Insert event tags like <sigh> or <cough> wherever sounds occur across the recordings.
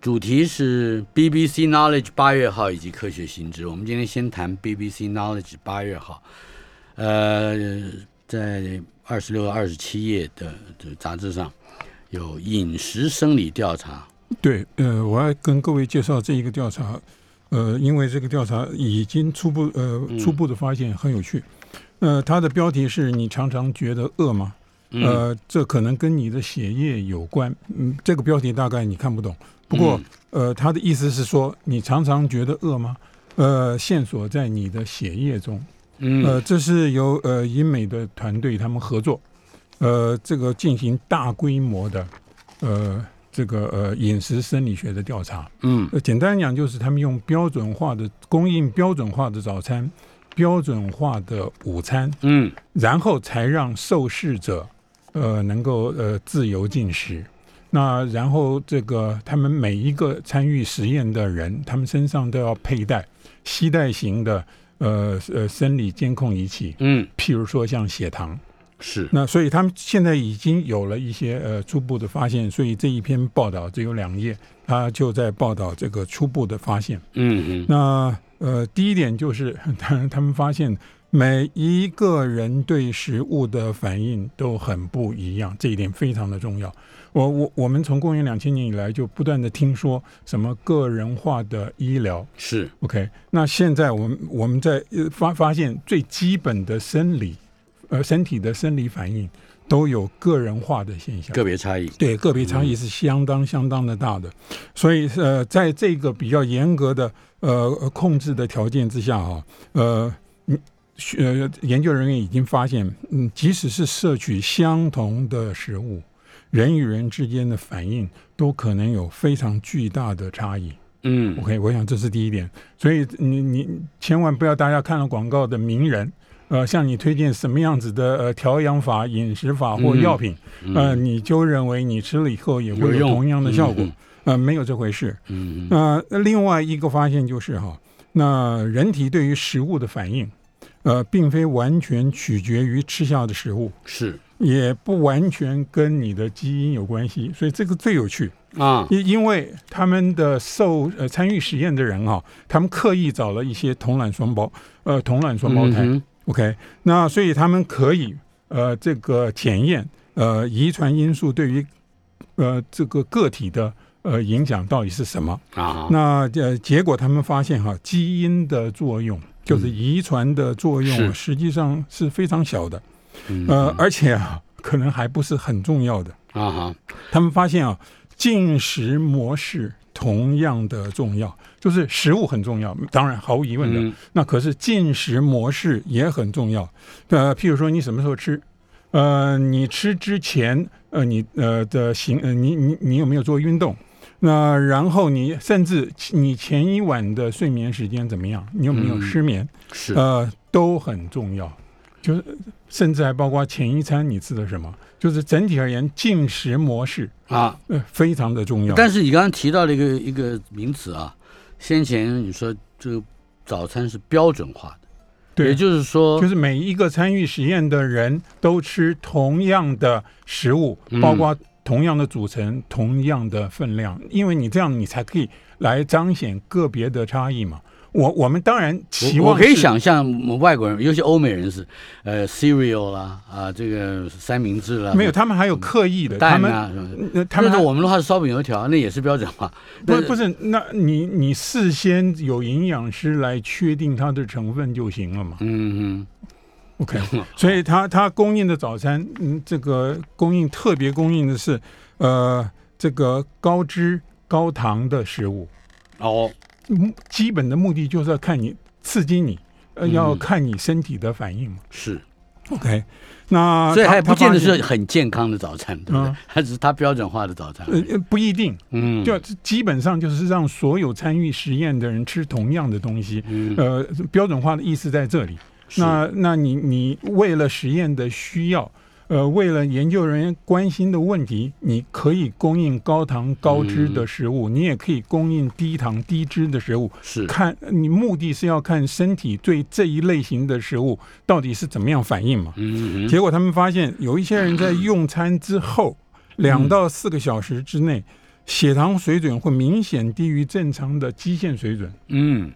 主题是 BBC Knowledge 八月号以及科学新知。我们今天先谈 BBC Knowledge 八月号，呃，在二十六、二十七页的这杂志上有饮食生理调查，对，呃，我要跟各位介绍这一个调查，呃，因为这个调查已经初步呃嗯初步的发现很有趣，呃，它的标题是你常常觉得饿吗？嗯呃，这可能跟你的血液有关，嗯，这个标题大概你看不懂，不过嗯呃，它的意思是说你常常觉得饿吗？呃，线索在你的血液中，嗯呃，这是由呃英美的团队他们合作，呃，这个进行大规模的呃这个呃饮食生理学的调查。嗯呃，简单讲就是他们用标准化的供应标准化的早餐、标准化的午餐，嗯然后才让受试者呃能够呃自由进食。那然后这个他们每一个参与实验的人，他们身上都要佩戴携带型的呃呃生理监控仪器，嗯，譬如说像血糖。是那所以他们现在已经有了一些呃初步的发现，所以这一篇报道只有两页，他就在报道这个初步的发现。嗯嗯那呃，第一点就是，当然他们发现每一个人对食物的反应都很不一样，这一点非常的重要。我我我们从公元两千年以来就不断的听说什么个人化的医疗是，OK？那现在我们我们在呃发发现最基本的生理，呃身体的生理反应都有个人化的现象。个别差异，对个别差异是相当相当的大的，所以呃，在这个比较严格的呃控制的条件之下哈，呃，嗯呃，研究人员已经发现，嗯，即使是摄取相同的食物，人与人之间的反应都可能有非常巨大的差异。嗯 OK，我想这是第一点，所以你你千万不要大家看了广告的名人，呃，向你推荐什么样子的呃调养法、饮食法或药品，呃，你就认为你吃了以后也嗯有会有用同样的效果，嗯呃，没有这回事。嗯嗯那、另外一个发现就是哈，那人体对于食物的反应，呃，并非完全取决于吃下的食物，是也不完全跟你的基因有关系，所以这个最有趣。啊因因为他们的受呃参与实验的人哈、他们刻意找了一些同卵双胞呃同卵双胞胎、嗯哼 OK，那所以他们可以呃这个检验呃遗传因素对于呃这个个体的呃影响到底是什么？啊那呃结果他们发现哈、基因的作用就是遗传的作用、嗯啊是实际上是非常小的，嗯呃而且啊可能还不是很重要的。啊哈他们发现啊，进食模式同样的重要，就是食物很重要，当然毫无疑问的。嗯那可是进食模式也很重要。呃，譬如说你什么时候吃，呃，你吃之前，呃，你呃的行，呃，你你你有没有做运动？那然后你甚至你前一晚的睡眠时间怎么样？你有没有嗯失眠？是呃，都很重要，就是甚至还包括前一餐你吃的什么，就是整体而言进食模式啊，呃非常的重要。但是你刚刚提到了一个一个名词啊，先前你说这个早餐是标准化的，也对，就是说，就是每一个参与实验的人都吃同样的食物，嗯包括同样的组成、同样的分量，因为你这样你才可以来彰显个别的差异嘛。我我们当然期我我望可以是想象外国人，尤其欧美人是，呃，cereal 啦啊，这个三明治啦，没有，他嗯们还有刻意的，他蛋们啊什么的。呃他们那还我们的话是烧饼油条，那也是标准化。不但不是，那你你事先有营养师来确定它的成分就行了嘛嗯？OK，嗯，所以它它供应的早餐，嗯，这个供应特别供应的是，呃，这个高脂高糖的食物，哦，嗯基本的目的就是要看你刺激你，呃，要嗯看你身体的反应嘛。是 OK，那所以啊他还他不见发得现是很健康的早餐，对不对嗯？它只是它标准化的早餐而已。呃呃不一定，嗯，就基本上就是让所有参与实验的人吃同样的东西。嗯呃，标准化的意思在这里。是那那你你为了实验的需要，呃，为了研究人员关心的问题，你可以供应高糖高脂的食物，你也可以供应低糖低脂的食物。嗯是看你目的是要看身体对这一类型的食物到底是怎么样反应嘛。嗯嗯结果他们发现有一些人在用餐之后两到四个小时之内，血糖水准会明显低于正常的基线水准。嗯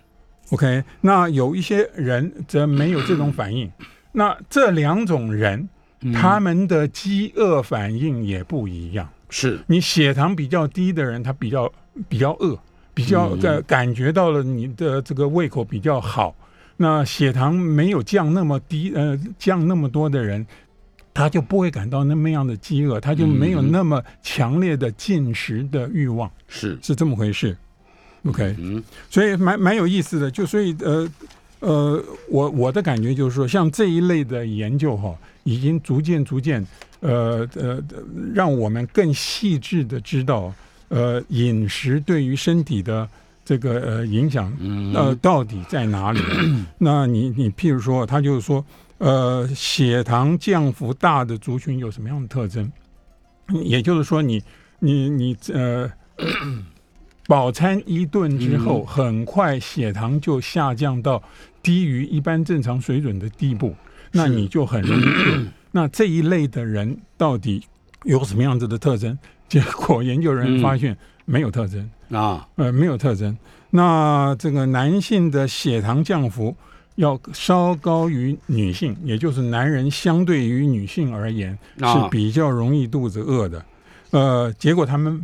OK，那有一些人则没有这种反应。那这两种人，嗯，他们的饥饿反应也不一样。是你血糖比较低的人，他比较比较饿，比较嗯呃感觉到了你的这个胃口比较好。那血糖没有降那么低，呃，降那么多的人，他就不会感到那么样的饥饿，他就没有嗯那么强烈的进食的欲望，是是这么回事。OK，嗯所以蛮蛮有意思的。就所以呃呃，我我的感觉就是说，像这一类的研究哈、已经逐渐逐渐呃呃，让我们更细致的知道呃饮食对于身体的这个呃影响嗯呃，到底在 <clears throat> 哪里？那你你譬如说，他就是说，呃，血糖降幅大的族群有什么样的特征？也就是说你，你你 <clears throat> 呃，饱餐一顿之后，嗯很快血糖就下降到低于一般正常水准的地步，那是你就很容易饿。那这一类的人到底有什么样子的特征？结果研究人员嗯发现没有特征。啊呃，没有特征。那这个男性的血糖降幅要稍高于女性，也就是男人相对于女性而言啊是比较容易肚子饿的。呃，结果他们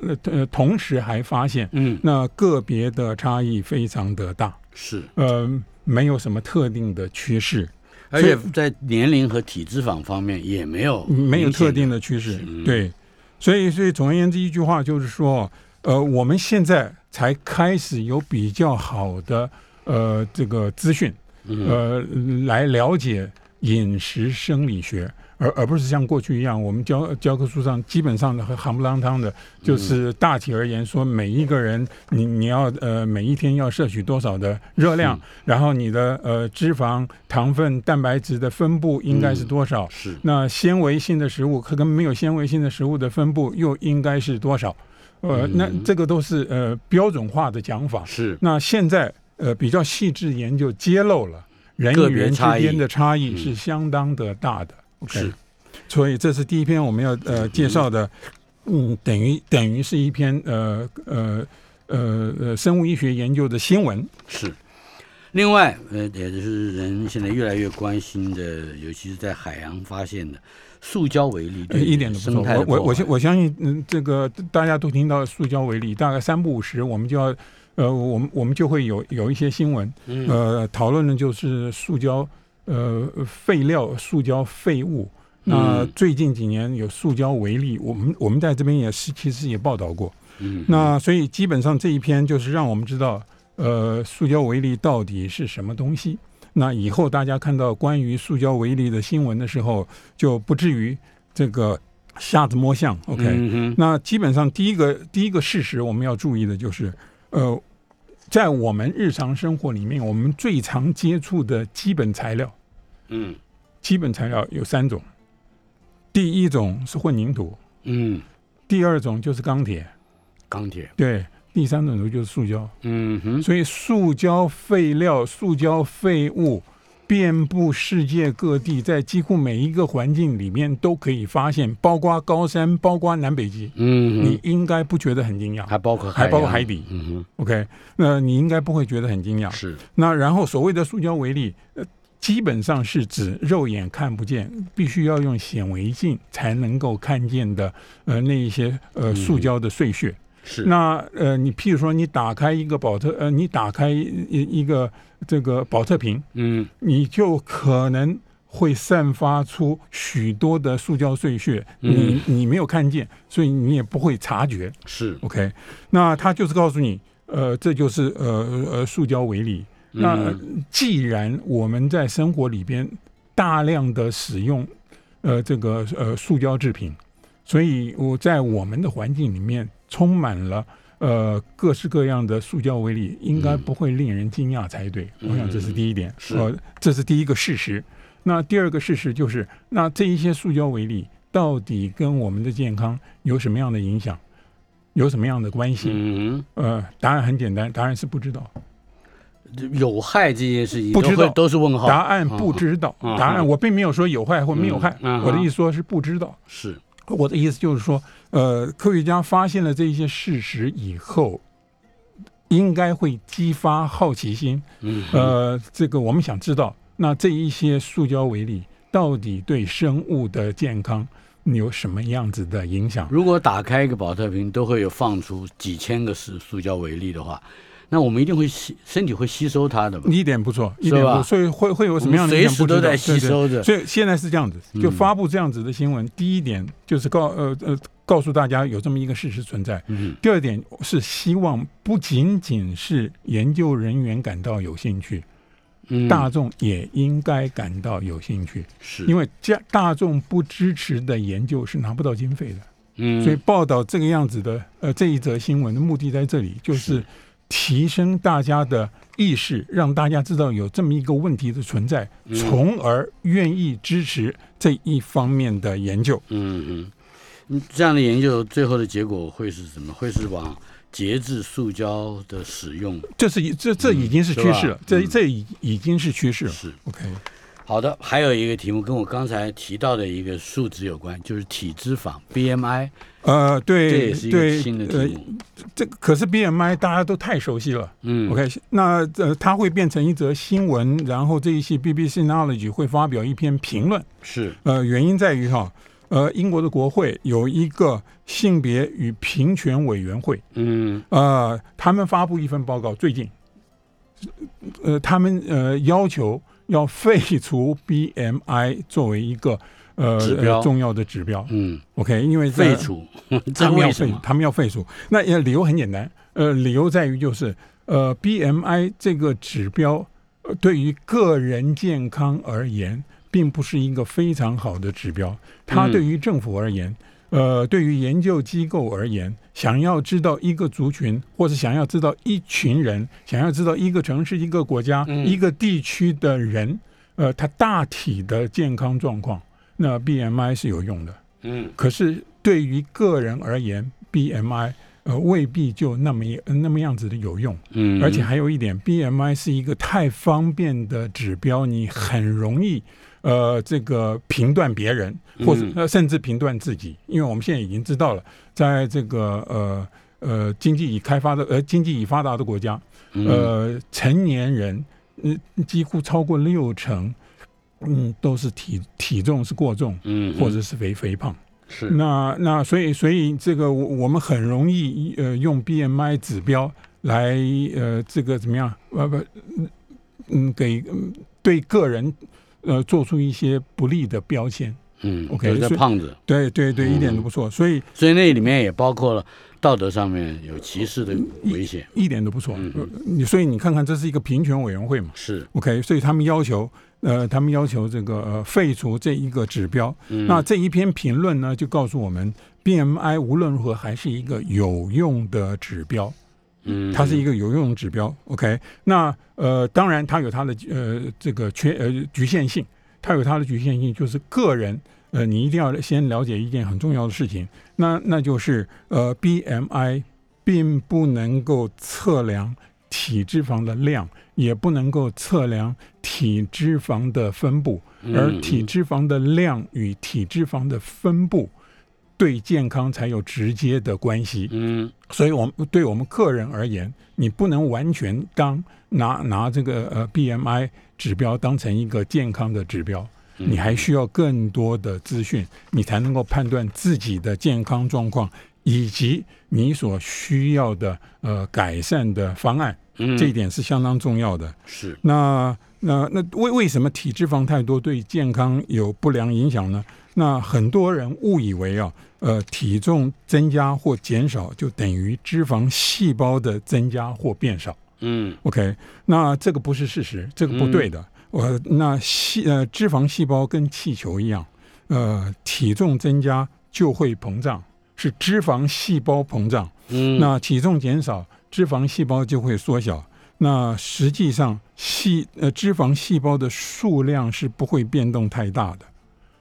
呃呃同时还发现，嗯那个别的差异非常的大，是，呃，没有什么特定的趋势，而且在年龄和体脂肪方面也没有没有明显特定的趋势嗯。对，所以所以总而言之，一句话就是说，呃，我们现在才开始有比较好的呃这个资讯，嗯呃，来了解饮食生理学，而而不是像过去一样，我们教教科书上基本上的和含不啷当的，就是大体而言说，每一个人你你要呃每一天要摄取多少的热量，然后你的呃脂肪、糖分、蛋白质的分布应该是多少。是那纤维性的食物和跟没有纤维性的食物的分布又应该是多少？呃，嗯那这个都是呃标准化的讲法。是那现在呃比较细致研究揭露了人个与别人之差异间的差异嗯是相当的大的。OK，是所以这是第一篇我们要呃介绍的，嗯，等于等于是一篇呃呃呃呃生物医学研究的新闻。是。另外，呃，也就是人现在越来越关心的，尤其是在海洋发现的塑胶微粒呃对一点都不生错。态我的我破我坏相我相信，嗯，这个大家都听到塑胶为例，大概三不五十，我们就要，呃，我们我们就会有有一些新闻，嗯呃，讨论的就是塑胶，呃，废料、塑胶废物。那嗯最近几年有塑胶为例，我们我们在这边也是其实也报道过。嗯那所以基本上这一篇就是让我们知道，呃，塑胶微粒到底是什么东西。那以后大家看到关于塑胶微粒的新闻的时候，就不至于这个瞎子摸象。OK，、嗯哼那基本上第一个第一个事实我们要注意的就是，呃，在我们日常生活里面，我们最常接触的基本材料，嗯基本材料有三种，第一种是混凝土，嗯第二种就是钢铁，钢铁对，第三种就是塑胶。嗯哼所以塑胶废料、塑胶废物遍布世界各地，在几乎每一个环境里面都可以发现，包括高山，包括南北极。嗯你哼应该不觉得很惊讶还包括还包括洋海底啊嗯，OK？那你应该不会觉得很惊讶哼。是那然后所谓的塑胶微粒，呃，基本上是指肉眼看不见，必须要用显微镜才能够看见的，呃，那一些呃嗯塑胶的碎屑。是那呃，你譬如说，你打开一个保特，呃，你打开一一一个这个保特瓶，嗯你就可能会散发出许多的塑胶碎屑，你你没有看见，所以你也不会察觉。是 OK，那他就是告诉你，呃，这就是呃呃塑胶为例。那嗯既然我们在生活里边大量的使用呃这个呃塑胶制品，所以我在我们的环境里面充满了呃各式各样的塑胶微粒，应该嗯不会令人惊讶才对。我想这是第一点，是呃，这是第一个事实。那第二个事实就是，那这一些塑胶微粒到底跟我们的健康有什么样的影响，有什么样的关系？嗯，呃，答案很简单，答案是不知道，有害这件事情不都知会道都是问号。答案不知道，啊啊答案我并没有说有害或没有害，嗯啊哈我的意思说是不知道。是，我的意思就是说，呃，科学家发现了这一些事实以后，应该会激发好奇心。嗯，呃，这个我们想知道，那这一些塑胶微粒到底对生物的健康有什么样子的影响？如果打开一个保特瓶，都会有放出几千个塑塑胶微粒的话，那我们一定会吸，身体会吸收它的嘛。一点不错，一是点不吧错，所以会会有什么样的我们影随响时不知道都在吸收对着对所以现在是这样子，就嗯发布这样子的新闻，第一点就是告呃呃告诉大家有这么一个事实存在。嗯第二点是希望不仅仅是研究人员感到有兴趣，嗯，大众也应该感到有兴趣，是，因为为家大众不支持的研究是拿不到经费的。嗯，所以报道这个样子的呃这一则新闻的目的在这里，就是提升大家的意识，让大家知道有这么一个问题的存在，嗯从而愿意支持这一方面的研究。嗯嗯嗯，这样的研究最后的结果会是什么？会是往节制塑胶的使用这是一这这已经是趋势了嗯，是这吧这已已经是趋势了。是。 OK，好的，还有一个题目跟我刚才提到的一个数值有关，就是体脂肪 BMI，呃，这对也是一个对新的，呃题，目。这个可是 BMI 大家都太熟悉了。嗯 OK，那呃，它会变成一则新闻，然后这一些 BBC Knowledge 会发表一篇评论。是，呃，原因在于哈，呃，英国的国会有一个性别与平权委员会，嗯呃，他们发布一份报告，最近，呃，他们呃要求要废除 BMI 作为一个呃指标呃重要的指标。嗯， OK，因为废在 <laughs> 除，他这们要为什废么，？他们要废除。那呃理由很简单，呃，理由在于就是呃，BMI 这个指标、呃、对于个人健康而言，并不是一个非常好的指标。它嗯对于政府而言，呃，对于研究机构而言，想要知道一个族群，或者想要知道一群人，想要知道一个城市、一个国家、嗯一个地区的人，呃，他大体的健康状况，那 BMI 是有用的。嗯可是对于个人而言，BMI 呃未必就那么一呃那么样子的有用，嗯，而且还有一点，BMI 是一个太方便的指标，你很容易呃这个评断别人，或者嗯呃甚至评断自己，因为我们现在已经知道了，在这个呃呃经济已开发的呃经济已发达的国家，嗯呃，成年人，嗯、几乎超过六成，嗯，都是体体重是过重，嗯，或者是肥肥胖。是那那所以所以这个我我们很容易呃用 BMI 指标来呃这个怎么样呃不嗯嗯给嗯对个人呃做出一些不利的标签，嗯都 OK，在所以胖子，对对对，嗯一点都不错，所以所以那里面也包括了道德上面有歧视的危险。一点都不错嗯。呃你、所以你看看，这是一个平权委员会嘛是， ，OK，所以他们要求呃他们要求这个、呃、废除这一个指标，嗯那这一篇评论呢就告诉我们，BMI 无论如何还是一个有用的指标。嗯，它是一个个有用的指标。OK，那呃，当然它有它的呃这个缺呃局限性，它有它的局限性，就是个人呃，你一定要先了解一件很重要的事情，那那就是呃 BMI 并不能够测量体脂肪的量，也不能够测量体脂肪的分布，嗯而体脂肪的量与体脂肪的分布。对健康才有直接的关系。嗯所以，我们对我们个人而言，你不能完全当拿拿这个呃 BMI 指标当成一个健康的指标，嗯你还需要更多的资讯，你才能够判断自己的健康状况以及你所需要的呃改善的方案。嗯这一点是相当重要的。是那那那为为什么体脂肪太多对健康有不良影响呢？那很多人误以为啊，呃，体重增加或减少就等于脂肪细胞的增加或变少。嗯 OK，那这个不是事实，这个不对的。我那细呃脂肪细胞跟气球一样，呃，体重增加就会膨胀，是脂肪细胞膨胀。嗯，那体重减少，脂肪细胞就会缩小。那实际上细呃脂肪细胞的数量是不会变动太大的。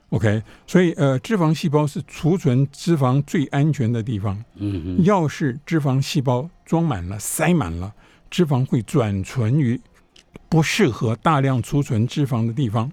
OK，所以呃脂肪细胞是储存脂肪最安全的地方。嗯哼要是脂肪细胞装满了、塞满了，脂肪会转存于不适合大量储存脂肪的地方，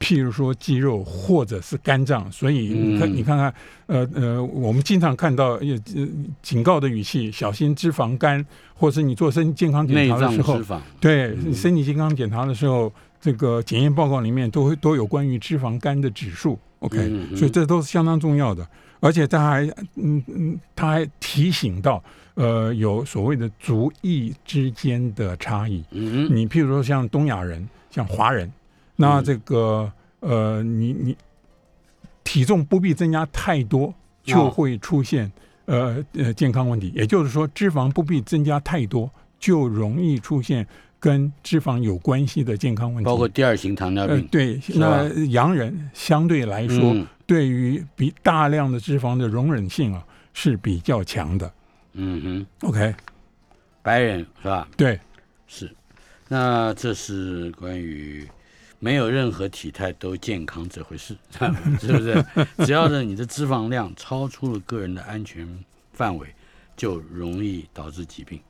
譬如说肌肉或者是肝脏。所以你看，嗯你看看，呃呃，我们经常看到呃呃警告的语气，小心脂肪肝，或是你做身体健康检内查的脏时候脂，肪，对嗯你身体健康检查的时候，这个检验报告里面都会都有关于脂肪肝的指数。OK，、嗯嗯所以这都是相当重要的。而且他还嗯嗯，他还提醒到，呃，有所谓的族裔之间的差异。嗯哼你譬如说像东亚人，像华人，那嗯这个呃，你你体重不必增加太多，就哦会出现呃呃健康问题。也就是说，脂肪不必增加太多，就容易出现跟脂肪有关系的健康问题。包括第二型糖尿呃病，对，是吧那洋人相对来说。嗯对于比大量的脂肪的容忍性啊是比较强的。嗯哼， OK，白人是吧？对，是，那这是关于没有任何体态都健康这回事， <laughs> 是不是？只要是你的脂肪量超出了个人的安全范围，就容易导致疾病。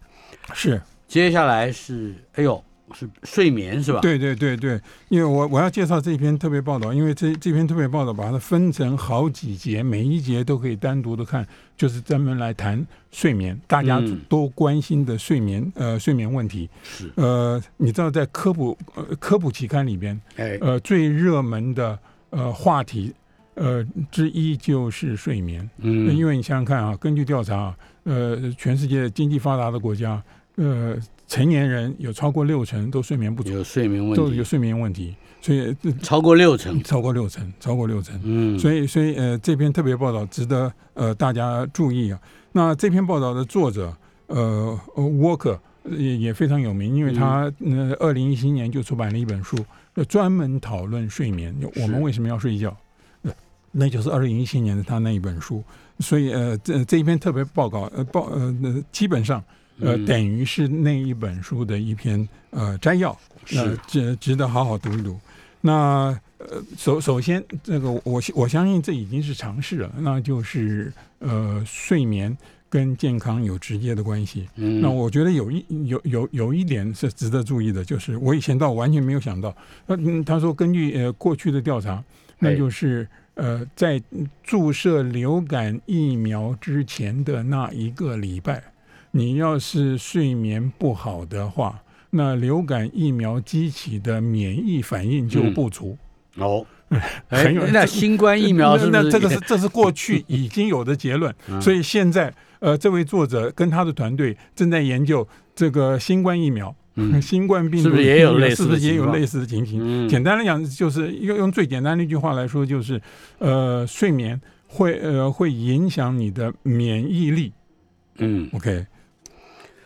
是接下来是，哎呦，是睡眠是吧？，对对对对，因为我我要介绍这篇特别报道，因为这这篇特别报道把它分成好几节，每一节都可以单独的看，就是专门来谈睡眠，大家嗯都关心的睡眠呃睡眠问题。是，呃，你知道在科普呃科普期刊里边，哎，呃最热门的呃话题呃之一就是睡眠。嗯，因为为你想想看啊，根据调查啊，呃，全世界经济发达的国家，呃，成年人有超过六成都睡眠不足，有睡眠都问有题，睡眠问题，所以、呃超过六成，超过六成，超过六成。嗯，所以以，所以呃，这篇特别报道值得呃大家注意啊。那这篇报道的作者呃呃，Walker 呃也也非常有名，因为他嗯呃二零一七年就出版了一本书，呃专门讨论睡眠，我们为什么要睡觉。呃那就是二零一七年的他那一本书，所以呃，这这一篇特别报告呃报呃呃基本上呃嗯等于是那一本书的一篇呃摘要，那是值值得好好读一读。那呃，首首先，这个我我相信这已经是常识了，那就是呃，睡眠跟健康有直接的关系。嗯，那我觉得有一有有有一点是值得注意的，就是我以前倒完全没有想到，那、嗯、他说根据呃过去的调查，哎那就是呃在注射流感疫苗之前的那一个礼拜，你要是睡眠不好的话，那流感疫苗激起的免疫反应就不足。哦，哎很有，嗯那新冠疫苗是不那是？那这个是这是过去 <laughs> 已经有的结论， <laughs> 嗯所以现在呃，这位作者跟他的团队正在研究这个新冠疫苗，嗯新冠病是毒不是也有疫苗类似是不的是也情有况类似的情形？嗯简单来讲，就是用用最简单的一句话来说，就是呃，睡眠会呃会影响你的免疫力。嗯。 OK，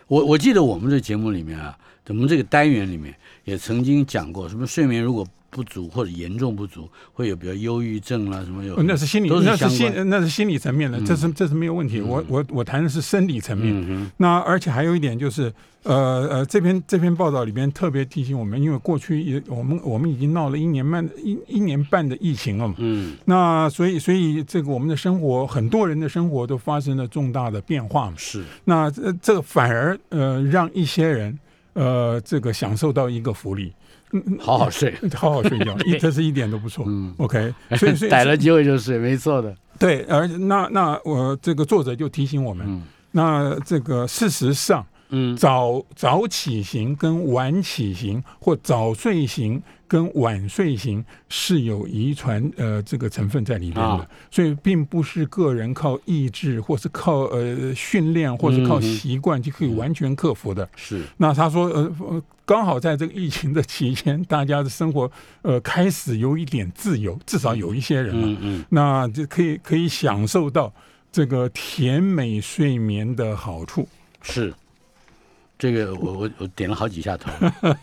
我我记得我们这节目里面啊，我们这个单元里面也曾经讲过，什么睡眠如果不足或者严重不足，会有比如忧郁症啦、什么有。呃那是心理，嗯都是那是相心关，呃那是心理层面的，这是这是没有问题。嗯我我我谈的是生理层面。嗯那而且还有一点就是，呃呃，这篇这篇报道里边特别提醒我们，因为过去也我们我们已经闹了一年半一一年半的疫情了嘛哼，，嗯，那所以所以这个我们的生活，很多人的生活都发生了重大的变化嘛。是，那这这反而呃让一些人呃这个享受到一个福利，嗯好好睡，好好睡 <laughs> 觉，一这是一点都不错。嗯， OK，<laughs> 所以所以逮了机会就睡，没错的，对，而那那我这个作者就提醒我们，嗯那这个事实上。嗯，早早起型跟晚起型，或早睡型跟晚睡型是有遗传呃这个成分在里边的，啊所以并不是个人靠意志或是靠呃训练或是嗯靠哼习惯就可以完全克服的。是，那他说呃呃，刚好在这个疫情的期间，大家的生活呃开始有一点自由，至少有一些人嘛，嗯嗯，那就可以可以享受到这个甜美睡眠的好处。是，这个我我我点了好几下 <laughs> 头，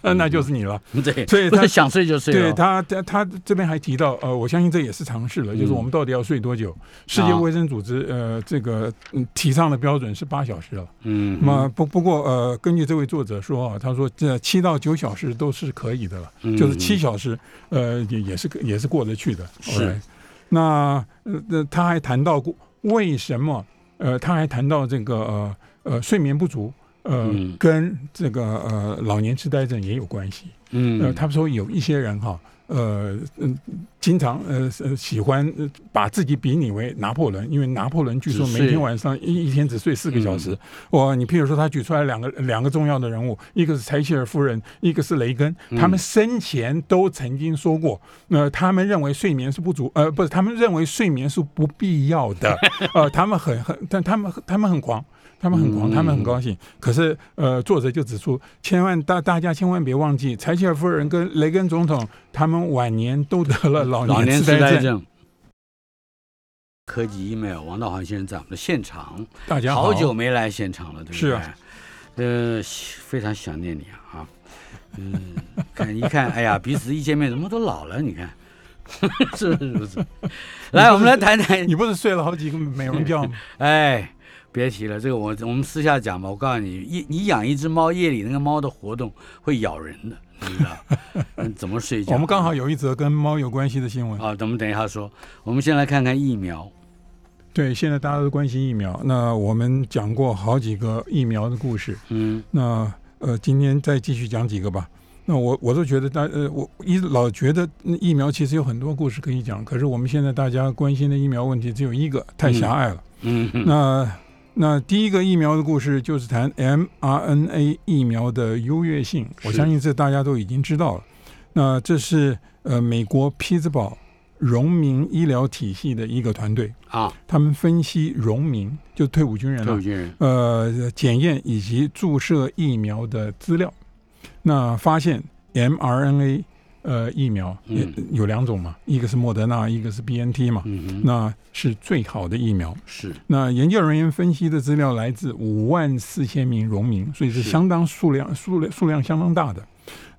呃那就是你了。对，所以不他是想睡就睡哦对了。他，他他这边还提到，呃，我相信这也是尝试了，就是我们到底要睡多久？世界嗯啊卫生组织，呃，这个嗯提倡的标准是八小时了。嗯，那么不不过呃，根据这位作者说啊，他说这七到九小时都是可以的了，嗯就是七小时，呃，也也是也是过得去的。是 Alright 那呃，那他还谈到过为什么？呃，他还谈到这个呃呃睡眠不足，呃，嗯跟这个呃老年痴呆症也有关系。呃，嗯，他们说有一些人哈，呃，嗯，经常呃呃喜欢呃把自己比拟为拿破仑，因为拿破仑据说只每睡天晚上一一天只睡四个小时嗯。哇，你譬如说他举出来两个两个重要的人物，一个是柴契尔夫人，一个是雷根，嗯他们生前都曾经说过，呃，他们认为睡眠是不足，呃，不是，他们认为睡眠是不必要的，呃，他们很很，但他们他们很狂。他们很狂，他嗯们很高兴。可是，呃，作者就指出，千万大大家千万别忘记，柴契尔夫人跟雷根总统，他们晚年都得了老老年痴痴呆症。症。科技 email，王道华先生在我们的现场，大家好久没来现场了，对不对？是啊呃，非常想念你啊。嗯，看一看，哎呀，彼此一见面，怎么都老了？你看， <laughs> 是不是？是不是？来，我们来谈谈你不是睡了好几个美容觉 <laughs> 吗？哎，别提了，这个我我们私下讲吧。我告诉你，夜你养一只猫，夜里那个猫的活动会咬人的，你知道？ <laughs> 嗯，怎么睡觉？我们刚好有一则跟猫有关系的新闻。啊，咱们等一下说。我们先来看看疫苗。对，现在大家都关心疫苗。那我们讲过好几个疫苗的故事。嗯那呃，今天再继续讲几个吧。那我我都觉得大呃，我一直老觉得嗯疫苗其实有很多故事可以讲，可是我们现在大家关心的疫苗问题只有一个，太狭隘了。嗯哼那那第一个疫苗的故事就是谈 mRNA 疫苗的优越性，我是相信这大家都已经知道了。那这是呃美国匹兹堡荣民医疗体系的一个团队，啊，他们分析荣民就退伍军人啊退了伍，军人，呃检验以及注射疫苗的资料，那发现 mRNA 呃疫苗也嗯有两种嘛，一个是莫德纳，一个是 BNT 嘛，嗯哼，那是最好的疫苗。是那研究人员分析的资料来自五万四千名农民，所以是是相当数量数量数量相当大的。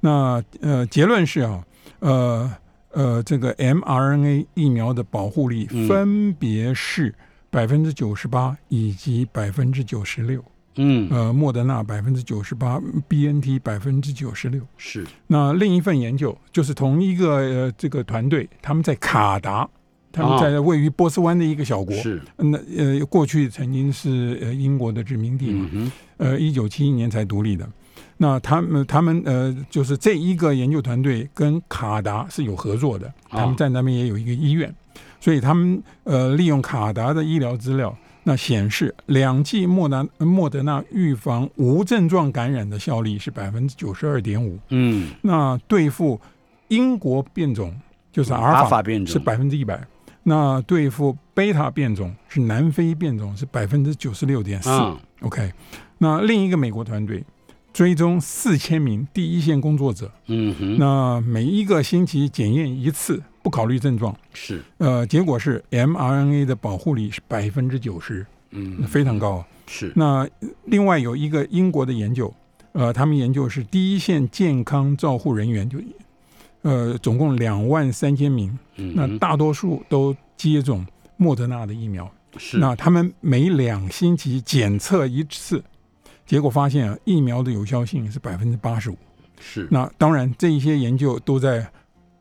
那呃，结论是啊，呃呃，这个 mRNA 疫苗的保护力嗯分别是百分之九十八以及百分之九十六，嗯呃，莫德纳百分之九十八，BNT 百分之九十六。是那另一份研究就是同一个呃这个团队，他们在卡达，他们啊在位于波斯湾的一个小国。是，那呃，过去曾经是呃英国的殖民地嘛，嗯哼呃，一九七一年才独立的。那他们他们呃，就是这一个研究团队跟卡达是有合作的，他们在那边也有一个医院，所以他们呃利用卡达的医疗资料，那显示两剂莫纳莫德纳预防无症状感染的效力是百分之九十二点五，嗯，那对付英国变种就是阿嗯阿尔法法变种是百分之一百。那对付贝塔变种是南非变种是百分之九十六点四。啊， OK，那另一个美国团队追踪四千名第一线工作者，嗯哼，那每一个星期检验一次，不考虑症状。是，呃，结果是 mRNA 的保护力是百分之九十，嗯非常高啊。是，那另外有一个英国的研究，呃，他们研究是第一线健康照护人员，就呃总共两万三千名，嗯那哼大多数都接种莫德纳的疫苗。是那他们每两星期检测一次，结果发现啊，疫苗的有效性是百分之八十五。是那当然，这一些研究都在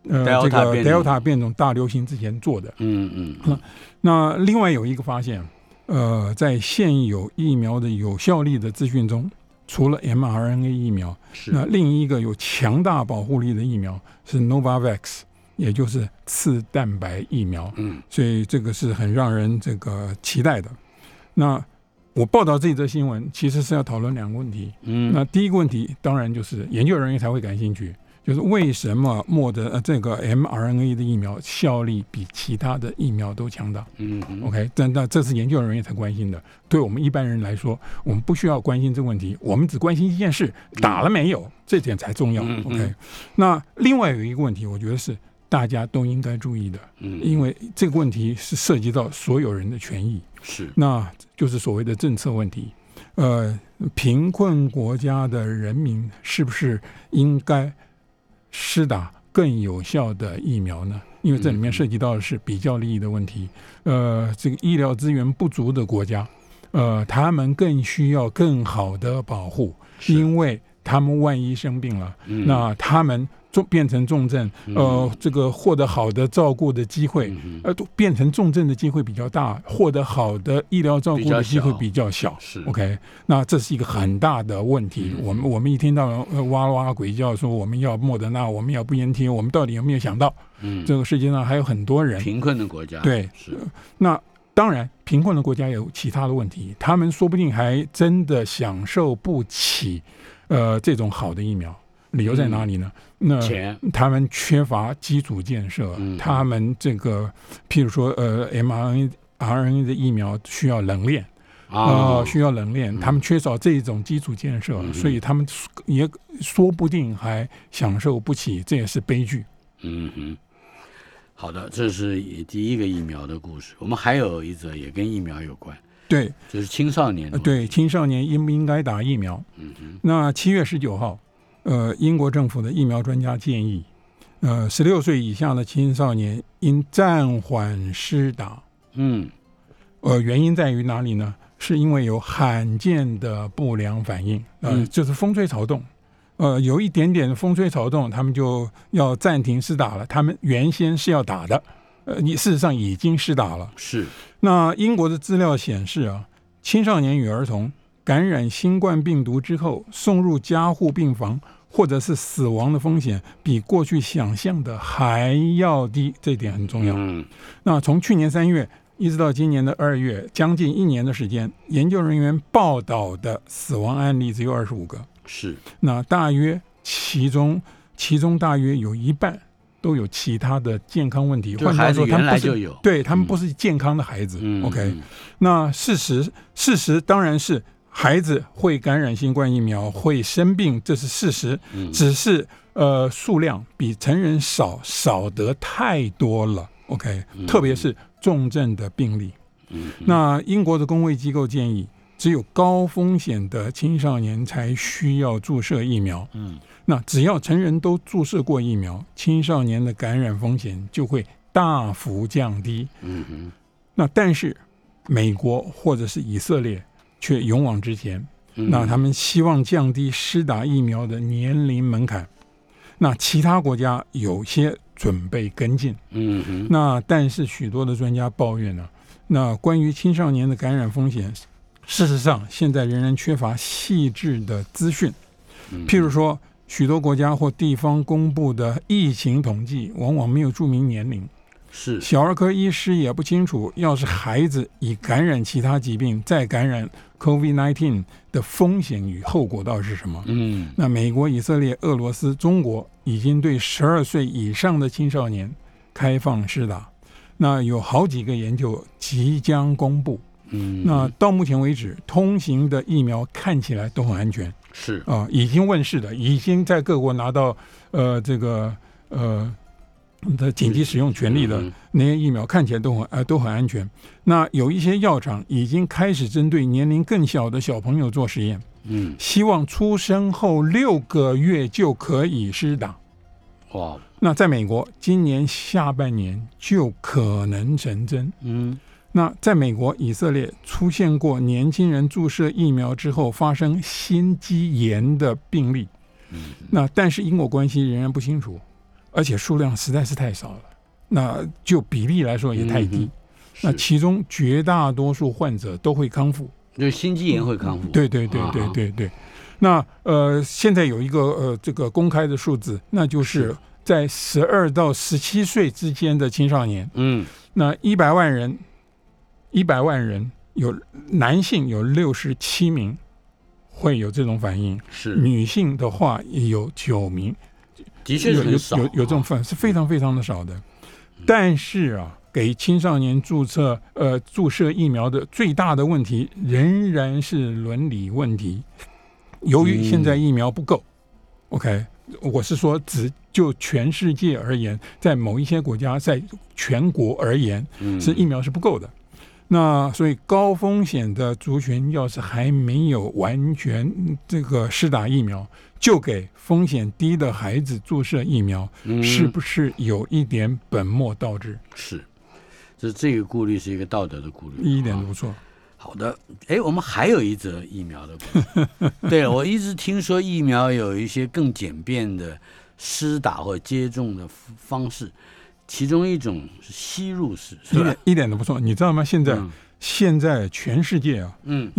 呃 Delta 这个变种 Delta 变种大流行之前做的。嗯嗯那那另外有一个发现，呃，在现有疫苗的有效力的资讯中，除了 mRNA 疫苗，是那另一个有强大保护力的疫苗是 Novavax，也就是次蛋白疫苗，嗯所以这个是很让人这个期待的。那我报道这则新闻，其实是要讨论两个问题。嗯那第一个问题当然就是研究人员才会感兴趣，就是为什么莫德呃这个 mRNA 的疫苗效力比其他的疫苗都强大嗯哼？OK，但那这是研究人员才关心的，对我们一般人来说，我们不需要关心这个问题，我们只关心一件事：打了没有，这点才重要嗯。 OK，嗯那另外有一个问题，我觉得是大家都应该注意的，嗯因为这个问题是涉及到所有人的权益。是那就是所谓的政策问题。呃，贫困国家的人民是不是应该施打更有效的疫苗呢？因为这里面涉及到的是比较利益的问题。呃，这个医疗资源不足的国家，呃，他们更需要更好的保护，是因为他们万一生病了，嗯那他们重变成重症，呃，这个获得好的照顾的机会，嗯哼呃，都变成重症的机会比较大，获得好的医疗照顾的机会比较小。是 OK，那这是一个很大的问题。嗯我们我们一天到晚呃哇哇鬼叫说我们要莫德纳，我们要不烟贴，我们到底有没有想到嗯这个世界上还有很多人？贫困的国家对是那当然，贫困的国家有其他的问题，他们说不定还真的享受不起呃这种好的疫苗。理由在哪里呢？那钱他们缺乏基础建设，嗯他们这个，譬如说，呃，mRNA RNA 的疫苗需要冷链啊呃需要冷链，他们缺少这种基础建设，嗯所以他们也说不定还享受不起，这也是悲剧。嗯哼，好的，这是第一个疫苗的故事。我们还有一则也跟疫苗有关，对，就是青少年的问题。呃对，青少年应不应该打疫苗？嗯哼，那七月十九号，呃，英国政府的疫苗专家建议，呃，十六岁以下的青少年应暂缓施打嗯呃，原因在于哪里呢？是因为有罕见的不良反应，呃，嗯就是风吹草动，呃，有一点点风吹草动，他们就要暂停试打了。他们原先是要打的，呃，你事实上已经试打了。是那英国的资料显示啊，青少年与儿童感染新冠病毒之后送入加护病房或者是死亡的风险，比过去想象的还要低，这一点很重要。嗯那从去年三月一直到今年的二月，将近一年的时间，研究人员报道的死亡案例只有二十五个。是那大约其中，其中大约有一半都有其他的健康问题。就是换句话孩说，子他原们来不是就有对他们不是健康的孩子。嗯 OK，、嗯那事实事实当然是孩子会感染新冠疫苗，会生病，这是事实。嗯只是呃数量比成人少少得太多了。OK，嗯特别是重症的病例。嗯嗯那英国的公卫机构建议，只有高风险的青少年才需要注射疫苗。嗯那只要成人都注射过疫苗，青少年的感染风险就会大幅降低。嗯哼那但是美国或者是以色列却勇往直前，嗯那他们希望降低施打疫苗的年龄门槛。那其他国家有些准备跟进，嗯哼那但是许多的专家抱怨呢、那关于青少年的感染风险，事实上现在仍然缺乏细致的资讯。嗯譬如说，许多国家或地方公布的疫情统计，往往没有注明年龄。是小儿科医师也不清楚，要是孩子已感染其他疾病，再感染 COVID-19 的风险与后果到底是什么？嗯那美国、以色列、俄罗斯、中国已经对十二岁以上的青少年开放施打，那有好几个研究即将公布。嗯那到目前为止，通行的疫苗看起来都很安全是啊、已经问世的，已经在各国拿到呃这个呃的紧急使用权利的。嗯那些疫苗看起来都很呃都很安全。那有一些药厂已经开始针对年龄更小的小朋友做实验，嗯希望出生后六个月就可以施打。哇那在美国，今年下半年就可能成真。嗯那在美国、以色列出现过年轻人注射疫苗之后发生心肌炎的病例，嗯那但是因果关系仍然不清楚，而且数量实在是太少了。那就比例来说也太低。嗯哼那是其中绝大多数患者都会康复。就是心肌炎会康复啊对对对对对对。那呃，现在有一个呃这个公开的数字，那就是是在十二到十七岁之间的青少年，嗯那一百万人，一百万人有男性有六十七名会有这种反应，是女性的话也有九名。的确是有有很少有有这种啊嗯份是非常非常的少的。但是啊，给青少年注册呃注射疫苗的最大的问题仍然是伦理问题。由于嗯现在疫苗不够、o k 我是说只就全世界而言，在某一些国家，在全国而言，嗯是疫苗是不够的。那所以高风险的族群要是还没有完全这个施打疫苗，就给风险低的孩子注射疫苗，嗯是不是有一点本末倒置？是，这这个顾虑是一个道德的顾虑，一点啊都不错。好的，哎，我们还有一则疫苗的故事。对了，我一直听说疫苗有一些更简便的施打或接种的方式，其中一种是吸入式，是一吧点？一点都不错，你知道吗？现在、嗯现在全世界啊，嗯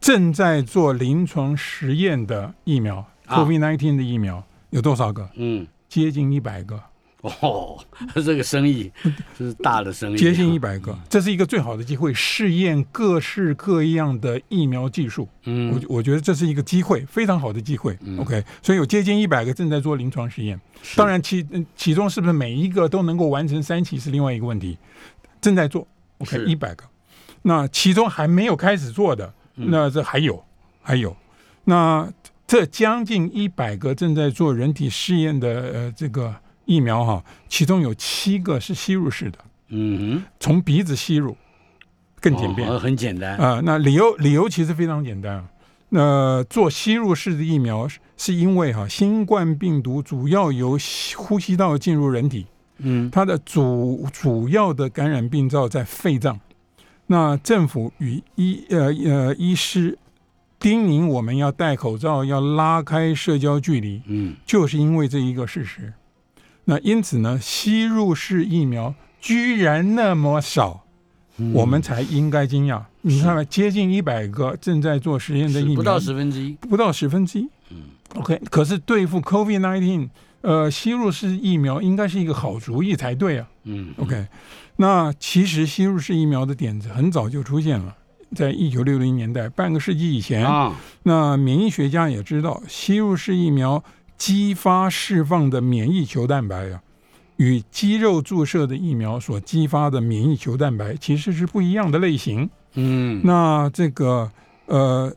正在做临床实验的疫苗啊，COVID-19 的疫苗有多少个？嗯，接近一百个，哦， <laughs> 这个生意这是大的生意啊，接近一百个，这是一个最好的机会，试验各式各样的疫苗技术。嗯我我觉得这是一个机会，非常好的机会。嗯 OK，所以有接近一百个正在做临床实验。是当然其嗯其中是不是每一个都能够完成三期是另外一个问题，正在做，OK，是一百个，那其中还没有开始做的，嗯那这还有还有，那这将近一百个正在做人体试验的呃这个疫苗哈，其中有七个是吸入式的，嗯哼，从鼻子吸入，更简便哦很简单，啊、那理由理由其实非常简单啊。那、做吸入式的疫苗是是因为哈、新冠病毒主要由吸呼吸道进入人体，嗯它的主主要的感染病灶在肺脏。那政府与医呃呃医师叮咛我们要戴口罩，要拉开社交距离，嗯就是因为这一个事实。那因此呢，吸入式疫苗居然那么少，嗯，我们才应该惊讶。你看吧，接近一百个正在做实验的疫是苗，不到十分之一，不到十分之一。嗯 OK，可是对付 COVID-19，呃，吸入式疫苗应该是一个好主意才对啊。嗯 OK，那其实吸入式疫苗的点子很早就出现了。在一九六零年代，半个世纪以前，啊，那免疫学家也知道，吸入式疫苗激发释放的免疫球蛋白啊，与肌肉注射的疫苗所激发的免疫球蛋白其实是不一样的类型。嗯那这个呃，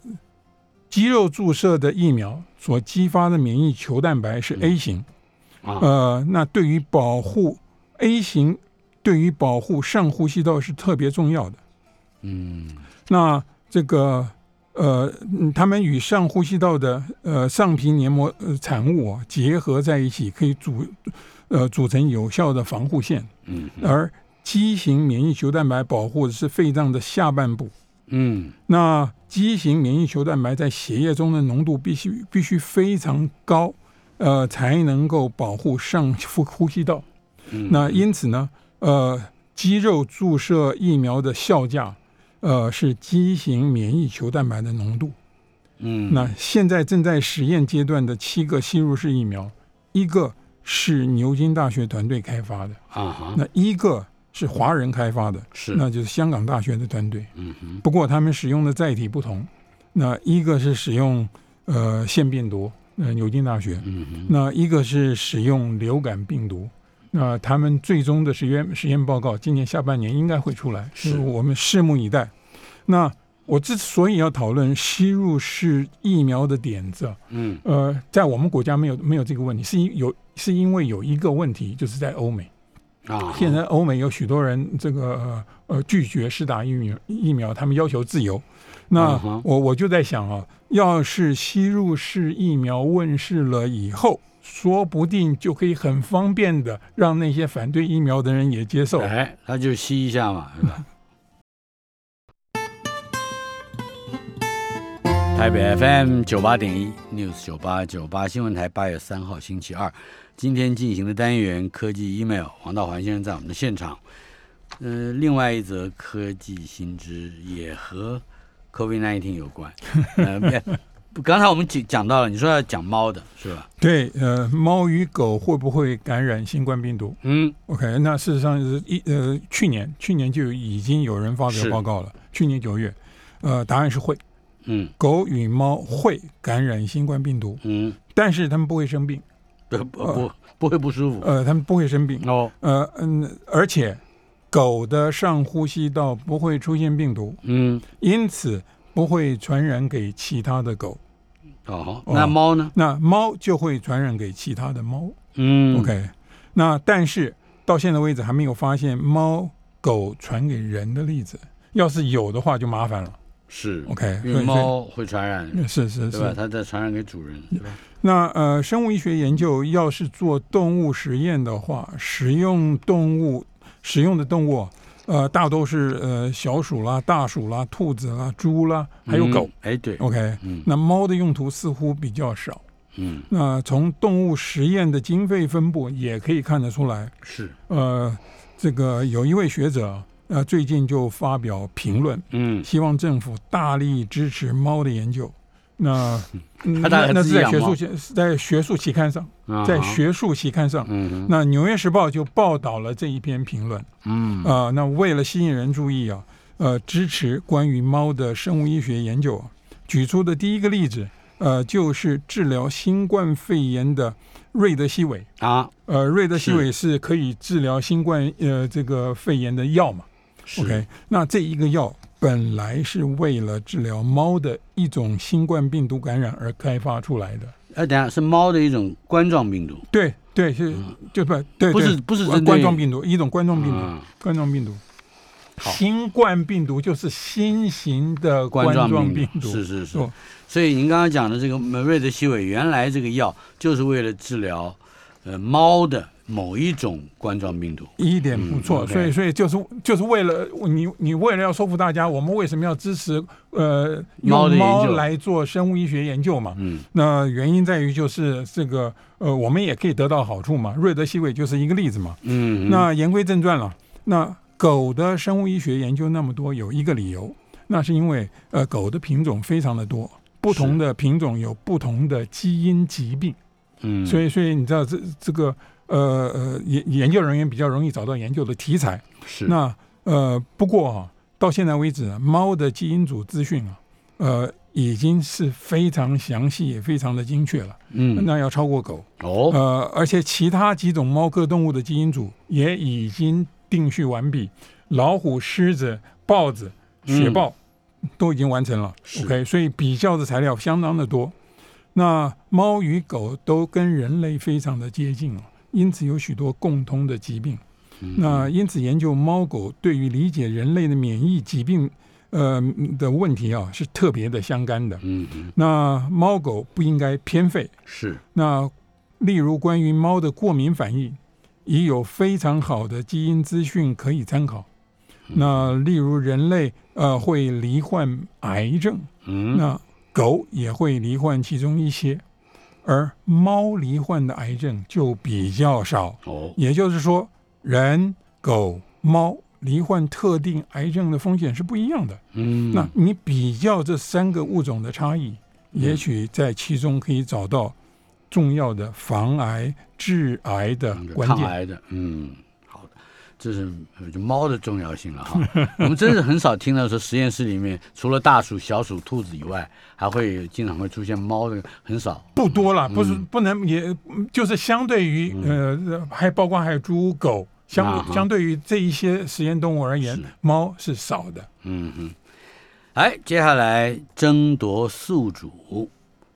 肌肉注射的疫苗所激发的免疫球蛋白是 A 型，啊呃，那对于保护 A 型，对于保护上呼吸道是特别重要的。嗯那这个呃，嗯它们与上呼吸道的呃上皮黏膜呃产物、啊、结合在一起，可以组呃组成有效的防护线。嗯而畸形免疫球蛋白保护的是肺脏的下半部。嗯那畸形免疫球蛋白在血液中的浓度必须必须非常高，呃，才能够保护上呼呼吸道。嗯，那因此呢，呃，肌肉注射疫苗的效价，呃，是畸形免疫球蛋白的浓度。嗯那现在正在实验阶段的七个吸入式疫苗，一个是牛津大学团队开发的，啊哈。那一个是华人开发的，是，那就是香港大学的团队。嗯哼，不过他们使用的载体不同，那一个是使用呃腺病毒，呃牛津大学，嗯哼，那一个是使用流感病毒，那他们最终的实验实验报告今年下半年应该会出来，是我们拭目以待。那我之所以要讨论吸入式疫苗的点子，嗯呃，在我们国家没有没有这个问题，是因有是因为有一个问题，就是在欧美，啊，现在欧美有许多人这个呃呃拒绝施打疫苗疫苗，他们要求自由。那嗯哼我我就在想啊，要是吸入式疫苗问世了以后，说不定就可以很方便的让那些反对疫苗的人也接受。哎，他就吸一下 <laughs> 嘛，是吧？台北 FM 九八点一 News 九八九八新闻台，八月三号星期二，今天进行的单元科技 email，黄道环先生在我们的现场。呃，另外一则科技新知也和 COVID-19 有 <laughs> 关。呃，不刚才我们讲讲到了，你说要讲猫的是吧？对，呃，猫与狗会不会感染新冠病毒嗯， ？OK，那事实上是一呃，去年去年就已经有人发是表报告了，去年九月，呃，答案是会，嗯狗与猫会感染新冠病毒，嗯，但是它们不会生病。不不不不会不舒服呃，他们不会生病。哦，呃嗯，而且狗的上呼吸道不会出现病毒，嗯因此不会传染给其他的狗。哦，哦那猫呢？那猫就会传染给其他的猫。嗯 OK，那但是到现在为止还没有发现猫狗传给人的例子。要是有的话就麻烦了。是 OK，因所为以猫会传染，是 <laughs> 是嗯对吧？是。它再传染给主人，对吧？那呃，生物医学研究要是做动物实验的话，使用动物使用的动物啊，呃，大都是呃小鼠啦、大鼠啦、兔子啦、猪啦，还有嗯狗。，哦哎，对， OK，嗯那猫的用途似乎比较少。嗯，那从动物实验的经费分布也可以看得出来，是，呃，这个有一位学者，呃，最近就发表评论，嗯，希望政府大力支持猫的研究。那那他大概那自是己在养学猫术期是在学术期刊上，啊在哈，学术期刊上，嗯哼那《纽约时报》就报道了这一篇评论。嗯啊、那为了吸引人注意啊，呃，支持关于猫的生物医学研究啊，举出的第一个例子，呃，就是治疗新冠肺炎的瑞德西韦。啊，呃，瑞德西韦是可以治疗新冠呃这个肺炎的药嘛是？OK，那这一个药本来是为了治疗猫的一种新冠病毒感染而开发出来的。哎，等一下是猫的一种冠状病毒，对对是，就不对嗯不是对不是冠针对冠状病毒，一种冠状病毒。啊冠状病毒。好新冠病毒就是新型的冠冠状病毒，是是是哦。所以您刚刚讲的这个瑞德西韦，原来这个药就是为了治疗呃猫的某一种冠状病毒。一点不嗯错。，OK 所以，所以就是就是为了你，你为了要说服大家，我们为什么要支持呃猫的用研究猫来做生物医学研究嘛？嗯那原因在于就是这个呃，我们也可以得到好处嘛。瑞德西韦就是一个例子嘛。嗯，那言归正传了，那狗的生物医学研究那么多，有一个理由，那是因为呃，狗的品种非常的多，不同的品种有不同的基因疾病，嗯，所以以所以你知道这这个呃呃研研究人员比较容易找到研究的题材。是那呃，不过啊，到现在为止啊，猫的基因组资讯啊，呃，已经是非常详细也非常的精确了，嗯那要超过狗。哦呃，而且其他几种猫科动物的基因组也已经定序完毕，老虎、狮子、豹子、雪豹、都已经完成了嗯是。 OK，所以比较的材料相当的多。那猫与狗都跟人类非常的接近哦，因此有许多共通的疾病。嗯那因此研究猫狗对于理解人类的免疫疾病呃的问题啊是特别的相干的。嗯嗯那猫狗不应该偏废，是那例如关于猫的过敏反应，已有非常好的基因资讯可以参考。那例如人类呃会罹患癌症，嗯那狗也会罹患其中一些，而猫罹患的癌症就比较少。哦也就是说，人、狗、猫罹患特定癌症的风险是不一样的。嗯那你比较这三个物种的差异，嗯也许在其中可以找到重要的防癌、致癌的关嗯抗键。癌的嗯好的。这是呃就猫的重要性了哈， <laughs> 我们真是很少听到说实验室里面除了大鼠、小鼠、兔子以外，还会有经常会出现猫的，很少。不多嗯了，不是不能也，就是相对于呃，还包括还有猪、狗，啊相哈相对于这一些实验动物而言是，猫是少的。嗯哼，哎，接下来争夺宿主，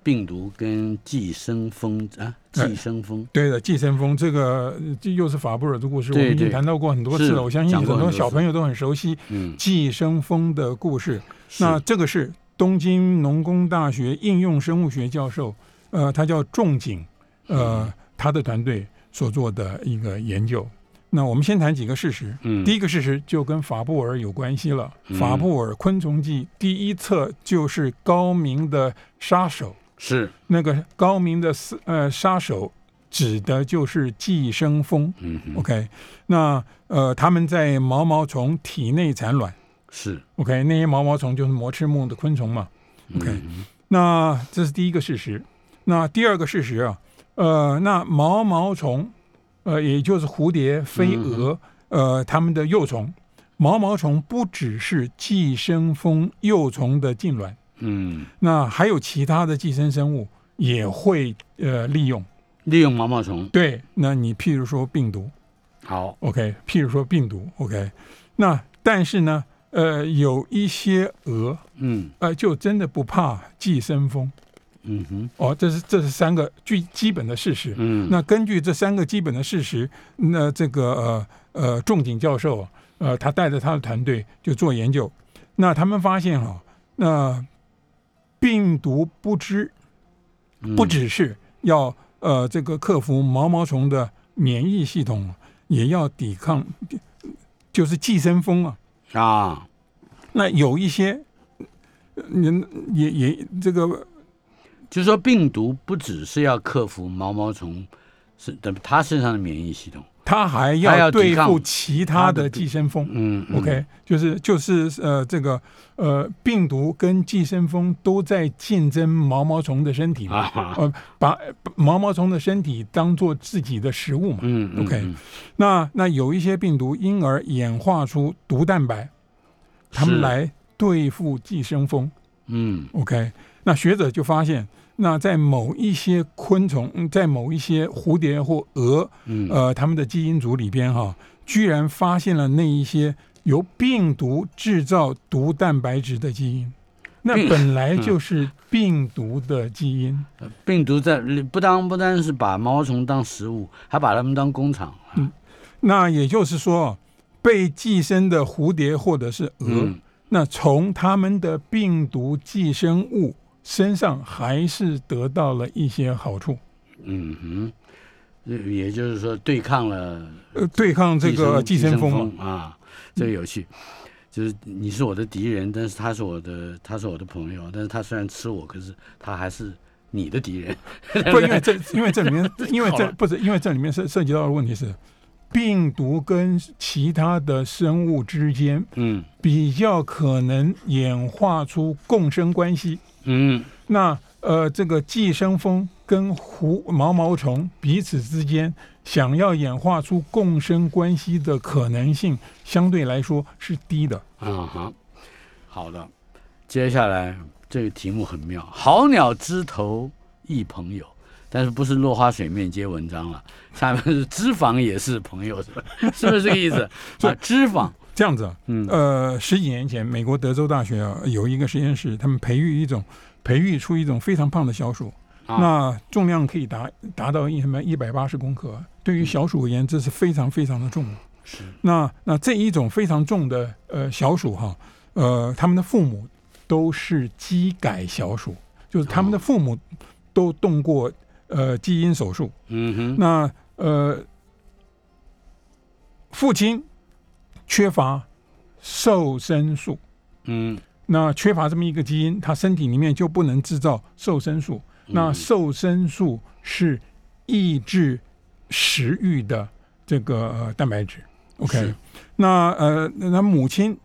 病毒跟寄生蜂啊，哎寄生蜂，对的，寄生蜂这个呃这又是法布尔的故事，我对们已经对谈到过很多次是了。我相信讲很过很多多小次朋友都很熟悉嗯，寄生蜂的故事。是那这个是东京农工大学应用生物学教授，呃，他叫仲景，嗯呃，他的团队所做的一个研究。那我们先谈几个事实。嗯第一个事实就跟法布尔有关系了。嗯法布尔昆虫记第一册就是高明的杀手，是，那个高明的四呃杀手指的就是寄生蜂。嗯哼， OK，那呃，他们在毛毛虫体内产卵。是 OK，那些毛毛虫就是膜翅目的昆虫嘛。OK，、嗯那这是第一个事实。那第二个事实啊，呃，那毛毛虫，呃，也就是蝴蝶、飞蛾，呃，它们的幼虫，毛毛虫不只是寄生蜂幼虫的近卵，嗯，那还有其他的寄生生物也会呃利用。利用毛毛虫，对，那你譬如说病毒，好， OK，譬如说病毒，OK，那但是呢，呃，有一些蛾，嗯呃，就真的不怕寄生蜂嗯哼，哦，这是这是三个最基本的事实。嗯，那根据这三个基本的事实，那这个呃呃仲景教授啊，呃，他带着他的团队就做研究，那他们发现哈、那、病毒不知嗯不只是要呃这个克服毛毛虫的免疫系统，也要抵抗就是寄生蜂啊。啊，那有一些，呃人也也这个就是说病毒不只是要克服毛毛虫是的它身上的免疫系统，他还他要要抵对付抗其他的的病寄生蜂。嗯嗯 OK，就是就是呃，这个呃，病毒跟寄生蜂都在竞争毛毛虫的身体嘛，啊，呃，把把毛毛虫的身体当做自己的食物嘛。嗯嗯 OK 嗯那那有一些病毒因而演化出毒蛋白，它们是来对付寄生蜂。嗯 OK，那学者就发现，那在某一些昆虫，嗯在某一些蝴蝶或蛾，嗯呃，它们的基因组里边哈、居然发现了那一些由病毒制造毒蛋白质的基因。那病嗯本来就是病毒的基因，病毒在不当不单是把毛毛虫当食物，还把它们当工厂。那也就是说，被寄生的蝴蝶或者是蛾，嗯，那从它们的病毒寄生物身上还是得到了一些好处。嗯哼，呃也就是说对抗了呃，对抗这个寄寄生蜂嘛，蜂啊，这个有趣。就是你是我的敌人，但是他是我的，他是我的朋友，但是他虽然吃我，可是他还是你的敌人。不，因为这因为这里面， <laughs> 因为好这了不是因为这里面涉涉及到的问题是，病毒跟其他的生物之间嗯比较可能演化出共生关系。嗯那呃，这个寄生蜂跟狐毛毛虫彼此之间想要演化出共生关系的可能性，相对来说是低的。啊哈，好的。接下来这个题目很妙，好鸟枝头一朋友，但是不是落花水面皆文章了？下面是脂肪也是朋友，是吧？ <laughs> 是不是这个意 <laughs> 思？啊，脂肪，这样子啊，嗯呃，十几年前，美国德州大学啊有一个实验室，他们培育一种，培育出一种非常胖的小鼠，啊那重量可以达达到一什么一百八十公克啊，对于小鼠而言，这是非常非常的重。嗯是那那这一种非常重的呃小鼠哈，呃，他们的父母都是基改小鼠，就是他哦们的父母都动过呃基因手术。嗯哼，那呃，父亲缺乏瘦身素，嗯，那缺乏这么一个基因，他身体里面就不能制造瘦身素。那嗯瘦身素是抑制食欲的这个、呃、蛋白质。OK，是那呃，那母亲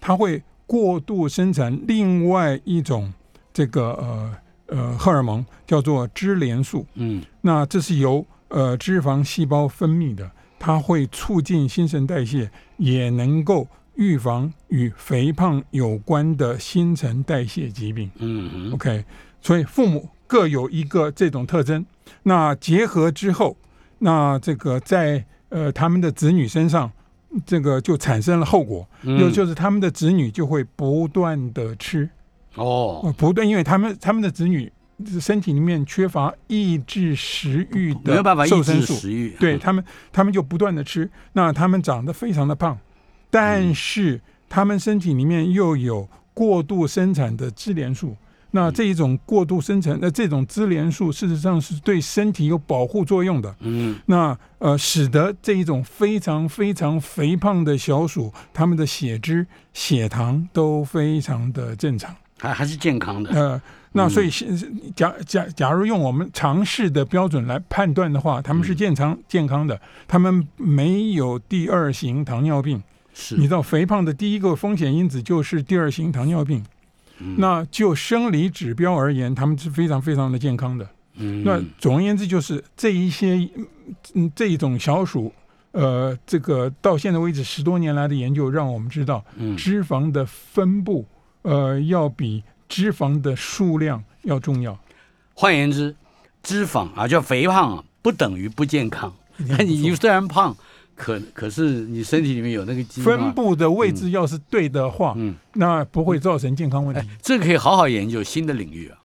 她会过度生产另外一种这个呃呃荷尔蒙，叫做支联素。嗯那这是由呃脂肪细胞分泌的，它会促进新陈代谢，也能够预防与肥胖有关的新陈代谢疾病。嗯哼， OK，所以父母各有一个这种特征，那结合之后，那这个在呃他们的子女身上，这个就产生了后果，嗯就就是他们的子女就会不断的吃，哦，哦，不对，因为他们他们的子女身体里面缺乏抑制食欲的没有办法抑瘦身制素，食欲，嗯对他们他们就不断的吃，那他们长得非常的胖，嗯但是他们身体里面又有过度生产的支联素。嗯那这一种过度生产，那呃这种支联素事实上是对身体有保护作用的。嗯那呃，使得这一种非常非常肥胖的小鼠，它们的血脂、血糖都非常的正常。还还是健康的，呃，那所以是假假假如用我们尝试的标准来判断的话，他们是健康健康的，他们没有第二型糖尿病。是你知道，肥胖的第一个风险因子就是第二型糖尿病。那就生理指标而言，他们是非常非常的健康的。嗯那总而言之，就是这一些，嗯，这一种小鼠，呃，这个到现在为止十多年来的研究让我们知道，嗯脂肪的分布，呃，要比脂肪的数量要重要。换言之，脂肪啊叫肥胖啊，不等于不健 <laughs> 康。定 <laughs> 不你你虽然胖，可可是你身体里面有那个基因啊分，布的位置要是对的话，嗯，那不会造成健康问题。这个可以好好研究新的领域啊。